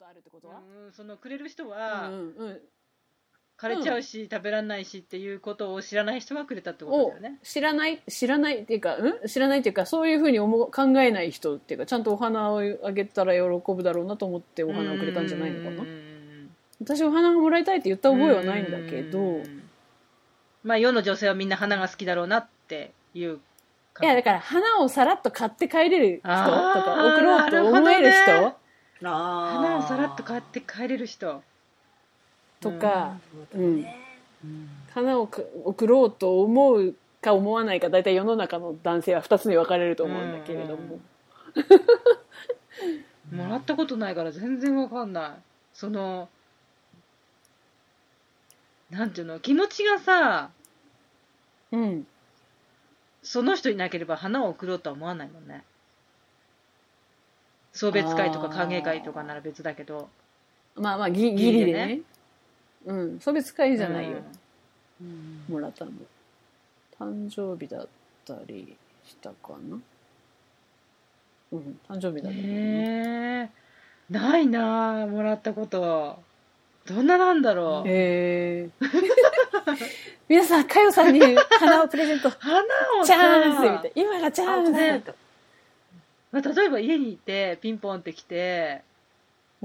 があるってことは、うんそのくれる人うはんうん、枯れちゃうし、食べられないしっていうことを知らない人がくれたってことをだよね。知らない知らないっていうか、うん、知らないっていうかそういうふうに思う考えない人っていうかちゃんとお花をあげたら喜ぶだろうなと思ってお花をくれたんじゃないのかな、うんうん私お花がもらいたいって言ったうん覚えはないんだけど、うんまあ世の女性はみんな花が好きだろうなっていういやだから花をさらっと買って帰れる人とかあー送ろうと思えるなるほ人どねあー花をさらっと買って帰れる人とか、そうだね花をく送ろうと思うか思わないか大体世の中の男性は2つに分かれると思うんだけれども、もらったことないから全然わかんないそのなんていうの気持ちがさうん、その人いなければ花を贈ろうとは思わないもんね送別会とか歓迎会とかなら別だけどまあまあギギリでねギリでねうん差別会じゃないよ、うんもらったの誕生日だったりしたかなうん誕生日だったねへえないなあもらったことどんななんだろうえー、 皆さん佳代さんに花をプレゼントチ花をさャンスみたい今がチャンス、ねまあ、例えば家にいてピンポンって来て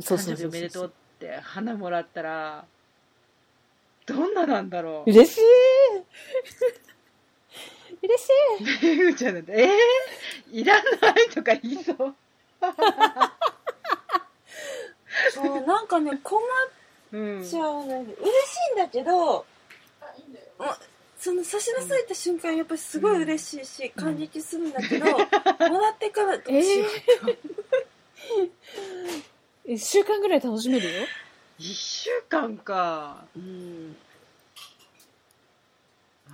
そう誕そう生日そおうめでそとううって花もらったらどんななんだろう 嬉しい嬉しいペグちゃんだって「えー、いらない」とか言いそう、そうなんかね困うんっちゃうね嬉しいんだけどもうその差し出された瞬間やっぱりすごい嬉しいし、感激するんだけど、もらってからどうしよう、 1週間ぐらい楽しめるよ1週間かうん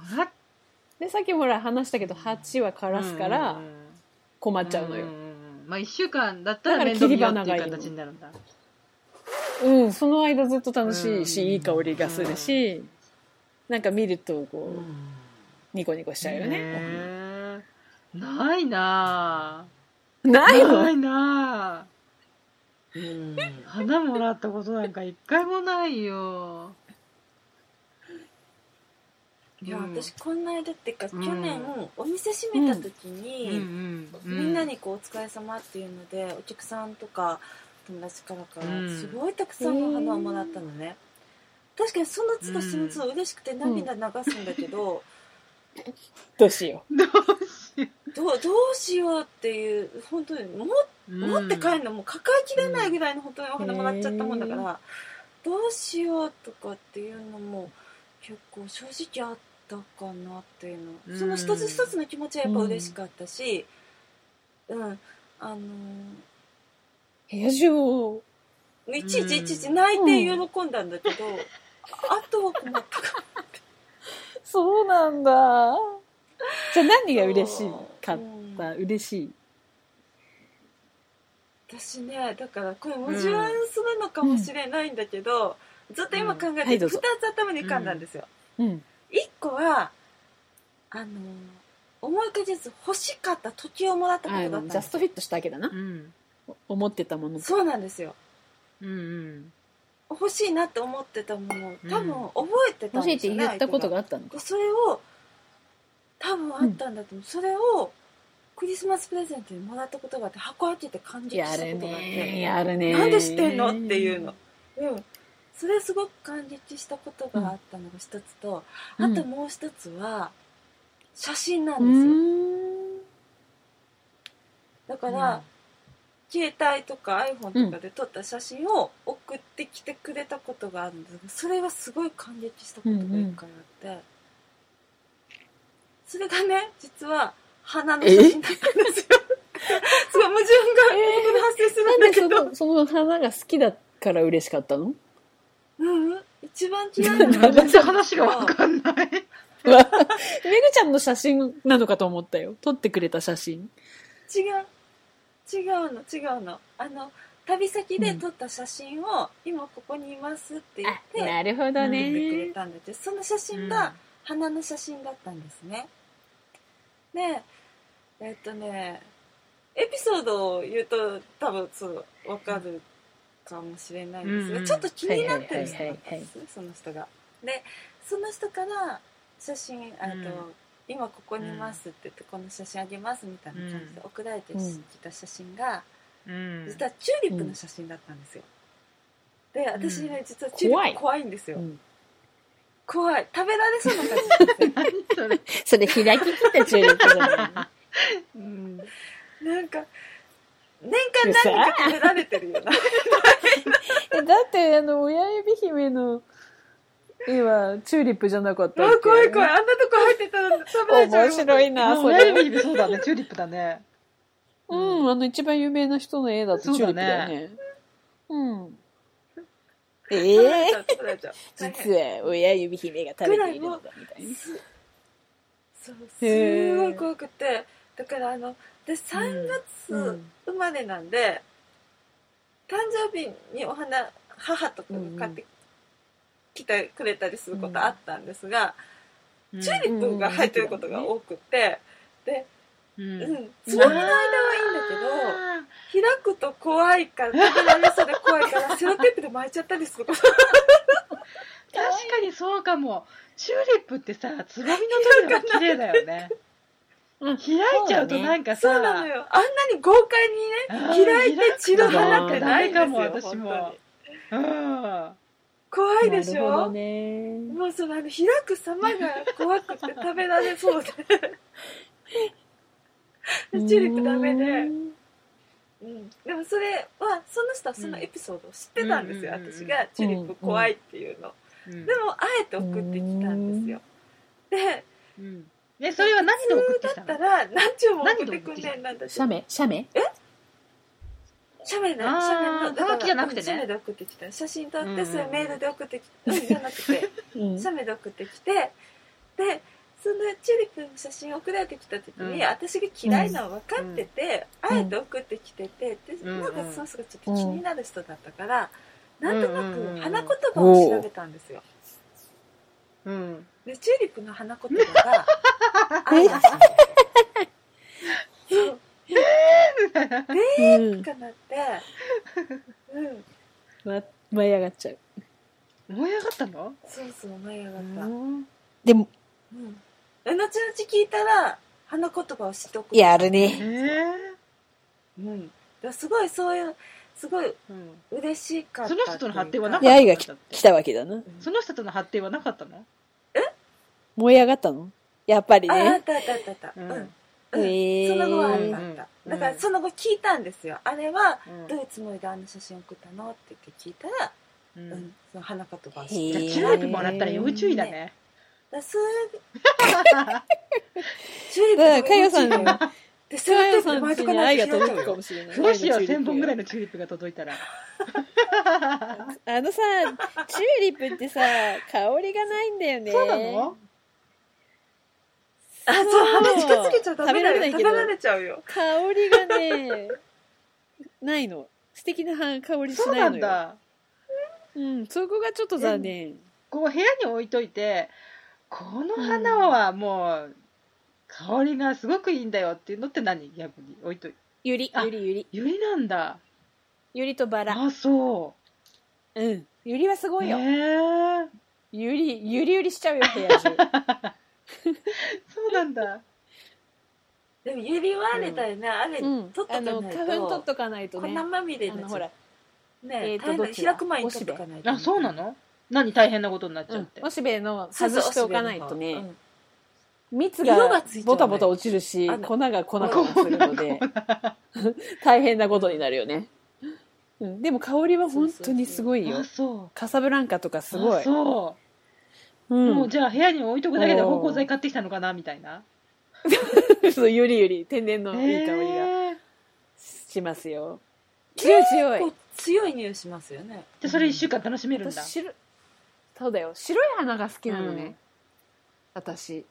もらっでさっきもほら話したけど8は枯らすから困っちゃうのよんんうんまあ1週間だったらだから面倒見よう切り花ってがいいういの形になるんだうん、その間ずっと楽しいし、うんいい香りがするし、なんか見るとこう、ニコニコしちゃうよね。ねないななあいなのいなあうん花もらったことなんか一回もないよいや、うん私こんな間っていうか、うん去年お店閉めた時に、うんうんみんなにこう「お疲れ様っていうのでお客さんとか友達からからうんすごいたくさんの花をもらったのね、確かにその都度その都度嬉しくて涙流すんだけど、どうしよどうしよどうどうしようっていう本当にもう持って帰るのも抱えきれないぐらいの本当にお花もらっちゃったもんだから、どうしようとかっていうのも結構正直あったかなっていうの、うんその一つ一つの気持ちはやっぱ嬉しかったしうん、あのう。部屋中を、ーいちいちいちいち泣いて喜んだんだけど、あとは困ったかそうなんだ。じゃあ何らが嬉しいかっうんた、嬉しい。私ねだからこれ矛盾するのかもしれないんだけど、ずっと今考えうんはてい二どうつぞ頭に浮かんだんですよ、うん。一個はあの思いかけず欲しかった時計をもらったこあとだったんの、でジャスすトフィットしたわけだなう。ん思ってたものと。そうなんですようんうん欲しいなって思ってたものを多分覚えてたもんしいっですてよね、言ったこと相手があったのか。でそれを多分あったんだと思う、それをクリスマスプレゼントにもらったことがあって箱開けて感激したやことるがあっね。てやるね。なんで知ってんのっていうの。うんそれすごく感激したことがあったのが一つと、うんあともう一つは写真なうんですよ、ん。だから、携帯とか iPhone とかで撮った写真を送ってきてくれたことがあるんですがそれはすごい感激したことが一回あって、それがね実は花の写真だったんですよ すごい矛盾がここで発生するなんんだでけそど、の、その花が好きだから嬉しかったのうんうん一番嫌いなのなんだ全然話がわかんないめぐちゃんの写真なのかと思ったよ。撮ってくれた写真。違う違うの違うのあの旅先で撮った写真を、今ここにいますって言ってるほど送ねってくれたんだけどその写真が、花の写真だったんですねでえっとねエピソードを言うと多分そう分かるかもしれないんですうんが、うんちょっと気になってる人なんはいはいはいではすその人が。でその人から写真あと、うん今ここにいます」って言って「この写真あげます」みたいな感じで送られてうんきた写真が、うん実はチューリップの写真だったんですよ。で私ね実はチューリップ怖いんですよ。うん怖い食べられそうな感じなん です何そよれそれ開ききったチューリップじゃないうんなんか年間何回か食べられてる よなえだってあの親指姫の絵はチューリップじゃなかったっあけ怖い怖いあんなとこ入ってたら食べられちゃう面白いなもうそ親れ指指そうだねチューリップだねうん、あの一番有名な人の絵だとチューリップだよねうんえ食べらえれちゃう食べられちゃう大 変実は親指姫が食べているのだみたいなそうへーすごい怖くてだからあので3う月ん生まれなんで、誕生日にお花母とかが買ってきてくれたりすることあったんですが、チューリップが入ってることが多くて、うんううんん、その間はいいんだけど開くと怖いから食べられそうで怖いからセロテープで巻いちゃったりすること確かにそうかもチューリップってさつぼみの時の方が綺麗だよねうん開いちゃうとなんかそさうなのよあんなに豪快にねあー開いて血の花ってないんですよ開くのダメかも私も本当にうん怖いでしなるほどょ、ねもうそのあの開く様が怖くて食べられそうででチューリップダメで、うんうん、でもそれはその人はそのエピソードを知ってたんですよ、うんうんうんうん私がチューリップ怖いっていうの、うんでもあえて送ってきたんですよ、でうんえそれは何で送ってきただっのたら何ちゅうも送ってくんねんなんだ写メ写メ写メねあー写メのだからはがきじゃなくてね写メで送ってきた写真撮うっんうんてそれメールで送ってきた、うんじゃなく てうん写メで送ってきてでそのチューリップの写真送られてきた時に、うん私が嫌いなの分かってて、うんあえて送ってきててでうんなんかその人がちょっと気になる人だったから、なんとなうんうんうんく花言葉を調べたんですよ。うんでチューリップの花言葉 が「愛ださん」そううんかなって、うん、ま舞い上がっちゃう燃え上がったのそうそう舞い上がうった。んでもうん。え、後々聞いたら、花言葉を知っておく。やるねえうん。だからすごい、そういう、すごいーうん嬉しかったそっての人というか。の発展はなかいっや愛がたのき来たわけだなその人との発展はなかったの燃え上がったのやっぱりあ、あっねたあったあったあった。ううんん。へーその後はあったあった。うんだから、その後聞いたんですよ。あれは、うんどういうつもりであの写真送ったのって言って聞いたら、ううんん、その花言葉をへ知じっゃあてチューリップもらったら要注意だねだそういう、 チューリップだからかよさんがで、そ菅うい谷う時さにん巻い家とに愛かないとが拾っ届ちゃくうかからもしれないどうしよう1000本ぐらいいのチューリップが届いたらあのさチューリップってさ香りがないんだよねそうなのあ、そう、鼻近づけちゃダメだよ。食べ食べられならいれちゃうよ。香りがねないの素敵な香りしそうなないのんよだうん、そこがちょっと残念。こう部屋に置いといてこの花はもう香りがすごくいいんだよっていうのって何逆に置いといゆり、あゆりゆり。ゆりなんだゆりとバラ。あそうん。ゆりはすごうへいえよ。ゆり、ゆりゆりしちゃう よ、部屋中。そうなんだでも指輪あれだよね、あれう取っんと。かあないと、の、花粉取っとかないと粉ね。まみれあにの、なっちほゃらう。ねええーと大どっ変ちだだ開く前に取っとかないとあそうなの何大変なことになっちうゃっんて。おしべのそうそう外しておかないとおしねべ、の蜜色ががついちゃうねボタボタ落ちるしあ、の粉が粉粉す るので、 大変なことになるよね。うん、でも香りは本当にすごいよあ。そうカサブランカとかすごあい。そうう、んもうじゃあ部屋に置いとくだけで芳香剤買ってきたのかなみたいな そうゆりゆり、天然のいい香りがへえしますよ。強い強いうん。こう強い匂いしますよねでそれ1週間楽しめるんだ私白そうだよ白い花が好きなのね、うん私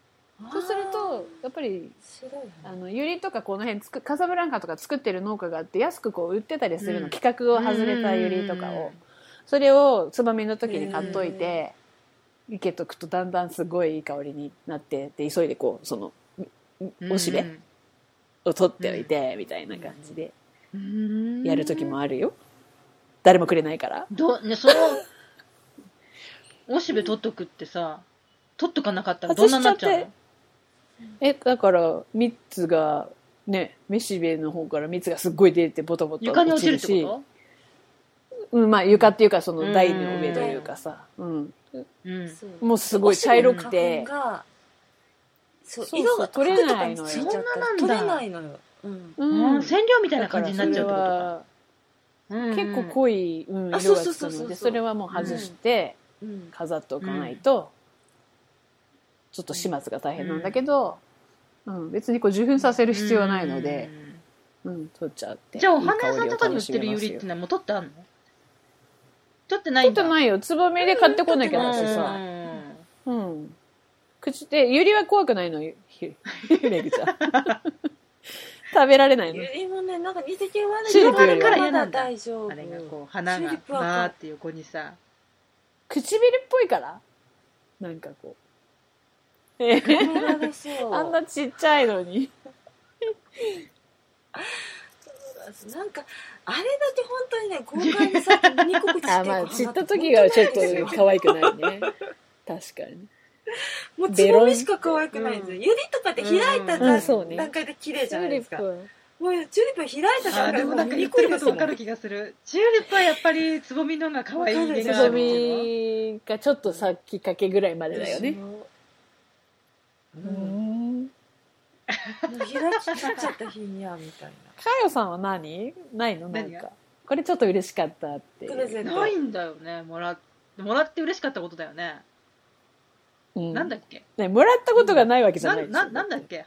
そうするとやっぱり白いあのユリとかこの辺つくカサブランカとか作ってる農家があって安くこう売ってたりするの、うん規格を外れたユリとかうんうんうをんそれをつばみの時に買っといて生けとくとだんだんすごいいい香りになってで急いでこうそのおしべうんを取っておいてみたいな感じでうんやる時もあるよ、誰もくれないからどね、そのおしべ取っとくってさ取っとかなかったらどんなになっちゃう外しえだから蜜がねめしべの方から蜜がすっごい出てボタボタの床に落ちるってしこうんまあ、床っていうかその台の上というかさ、うん、とうんそうもうすごい茶色くお尻の花て粉がそうそうそう色が取れないのよ角とかについちゃったらそん取なれなんだないのよ、うん、ううん、染料みたいなだか感らじにそなっちれゃうってことかはうんうん結構濃い、うん、あ色がそうつそうそうくそのうそうでそれはもう外してうん、飾っておかないと、ちょっと始末が大変なんだけど、うん別にこう受粉させる必要はないので、うん取っちゃってじゃあお花屋さんとかに売ってるユユリリってのはもう取ってあんの取ってない取んってだいないよつぼみで買ってこなきゃだだししささ、うん、口でユリは怖くないのゆゆゆめぐ ちゃん食べられないのゆりもねなんか似て系はねチューリップよりはまだ大丈夫あれがこう花チューがリップはこうバーって横にさ唇っぽいからなんかこうえカメラがそうあんなちっちゃいのになんかあれだって本当にね豪快にさっきニココ散ってあいくま花あて散った時がちょっと可愛くないね確かにもうつぼみしか可愛くないんですよ、ベロンゆりとかって開いたうんう段んそうね段階で綺麗じゃないですか、チューリッもうチューリップは開いたあー段階ででももうなんか言ニっコてニることコする分かる気がするチューリップはやっぱりつぼみの方が可愛い人プ間つぼがみみがちょっとさっきかけぐらいまでだよねう、うんもんう開ききっちゃった日にゃみたいかよさんは何ないのなん何がかこれちょっと嬉しかったっていなうプレゼントないんだよねもらもらって嬉しかったことだよね、うんなんだっけねもらったことがないわけじゃなないですよななんだっけ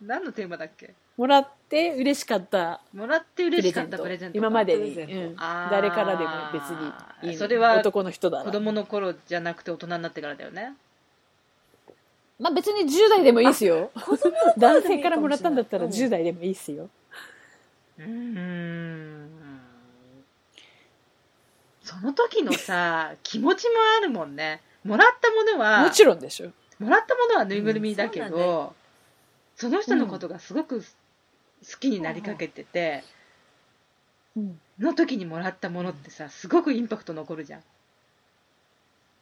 何のテーマだっけもらって嬉しかったもらってプレ嬉ゼしントかったプレゼントか今までに、プレゼンうトんあー誰からでも別にいいのそれは男の人だ子ら供の頃じゃなくて大人になってからだよねまあ別に10代でもいいですよ 子供の頃男でもいいかもしれない性からもらったんだったらうん10代でもいいですよ、うーんその時のさ 気持ちもあるもんねもらったものはもちろんでしょもらったものはぬいぐるみだけうど、んそそうだの人のことがすごく好きになりかけてて、うん、の時にもらったものってさすごくインパクト残るじゃん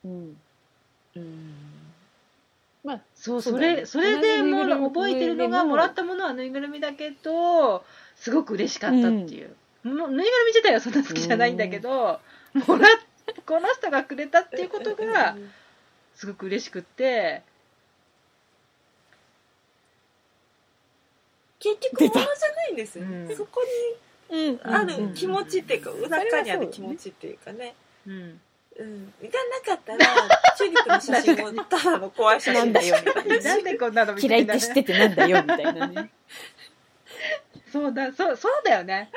うん、うんまあそうそそうだよれねそれで同じもぬいぐるみう覚えてぬいるのぐるがみをもらったものはぬいぐるみだけどすごく嬉しかったっていう、もうぬいぐるみ自体はそんな好きじゃないんだけど、もらっこの人がくれたっていうこと がすごく嬉しくって結局出物たじゃないんですよ、うんそこうんにある気持ちっていうか、んお腹にある気持ちっていうかねうんうん、がなかったらチューリップの写真をただの怖い写真だよみたいななんでこんなのみた嫌いいっ なねて知っててなんだよみたいなねそうだそうそうだよね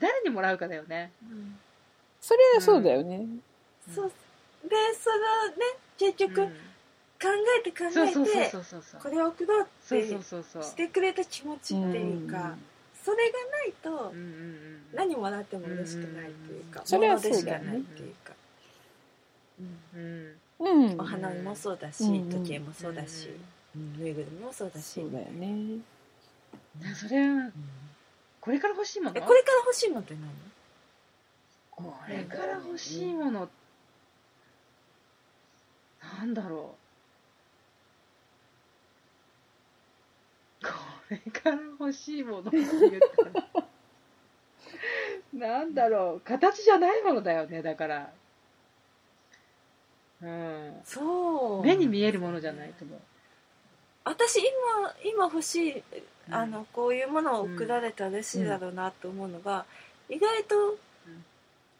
誰にもらうかだよねうんそれはそうだよね、そうでそのね結局う考んえて考そうえそうそうてそうそうそうこれを送ろうそうっそうてそうそうしてくれた気持ちっていうかそれがないとうんうんうん何もらっても嬉しくないっていうかうんそれはそう物でしだよかねないっていうかうんうんお花もそうだしうん時計もそうだしうんぬいぐるみもそうだしそうだよねうんそれはうんこれから欲しいものえこれから欲しいのって何これから欲しいもの、なんだろうこれから欲しいものって言ったらなんだろう形じゃないものだよねだからうんそう目に見えるものじゃないと思う私今今欲しいうんあのこういうものを送られたら嬉しいだろうなと思うのが、意外とん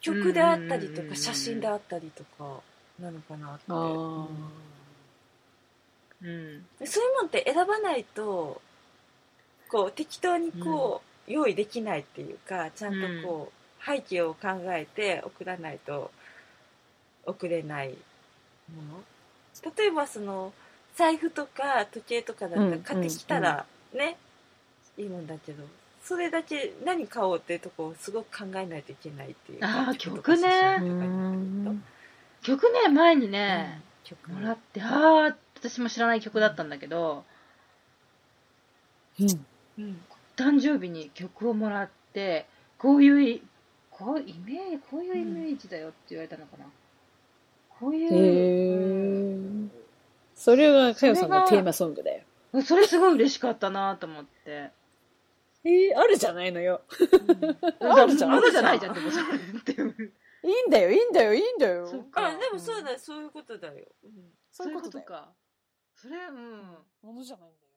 曲であったりとうんか写真であったりとかなのかなって、あーうんでそういうもんって選ばないとこう適当にこう、用意できないっていうかちゃんとこう、背景を考えて送らないと送れないもの例えばその財布とか時計とかだったうらん買ってきたらね、いいもんだけどそれだけ何買おうっていうとこをすごく考えないといけないっていうかあー曲とか曲ね写う真とかになるん曲ね前にとね、曲もらってああ私も知らない曲だったんだけどうんうん誕生日に曲をもらってこういういここうイメージこういうイメージだよって言われたのかな、こうへいう、えそれがかよさんのテーマソングだようんそれすごい嬉しかったなと思って、 えー、あるじゃないのよう ん、あるじゃんあるじゃないじゃんって思っちゃういいんだよいいんだよいいんだよ そっかあでもそうだよそういうことだよ、うんそういうことだよかそれうんものじゃないんだよ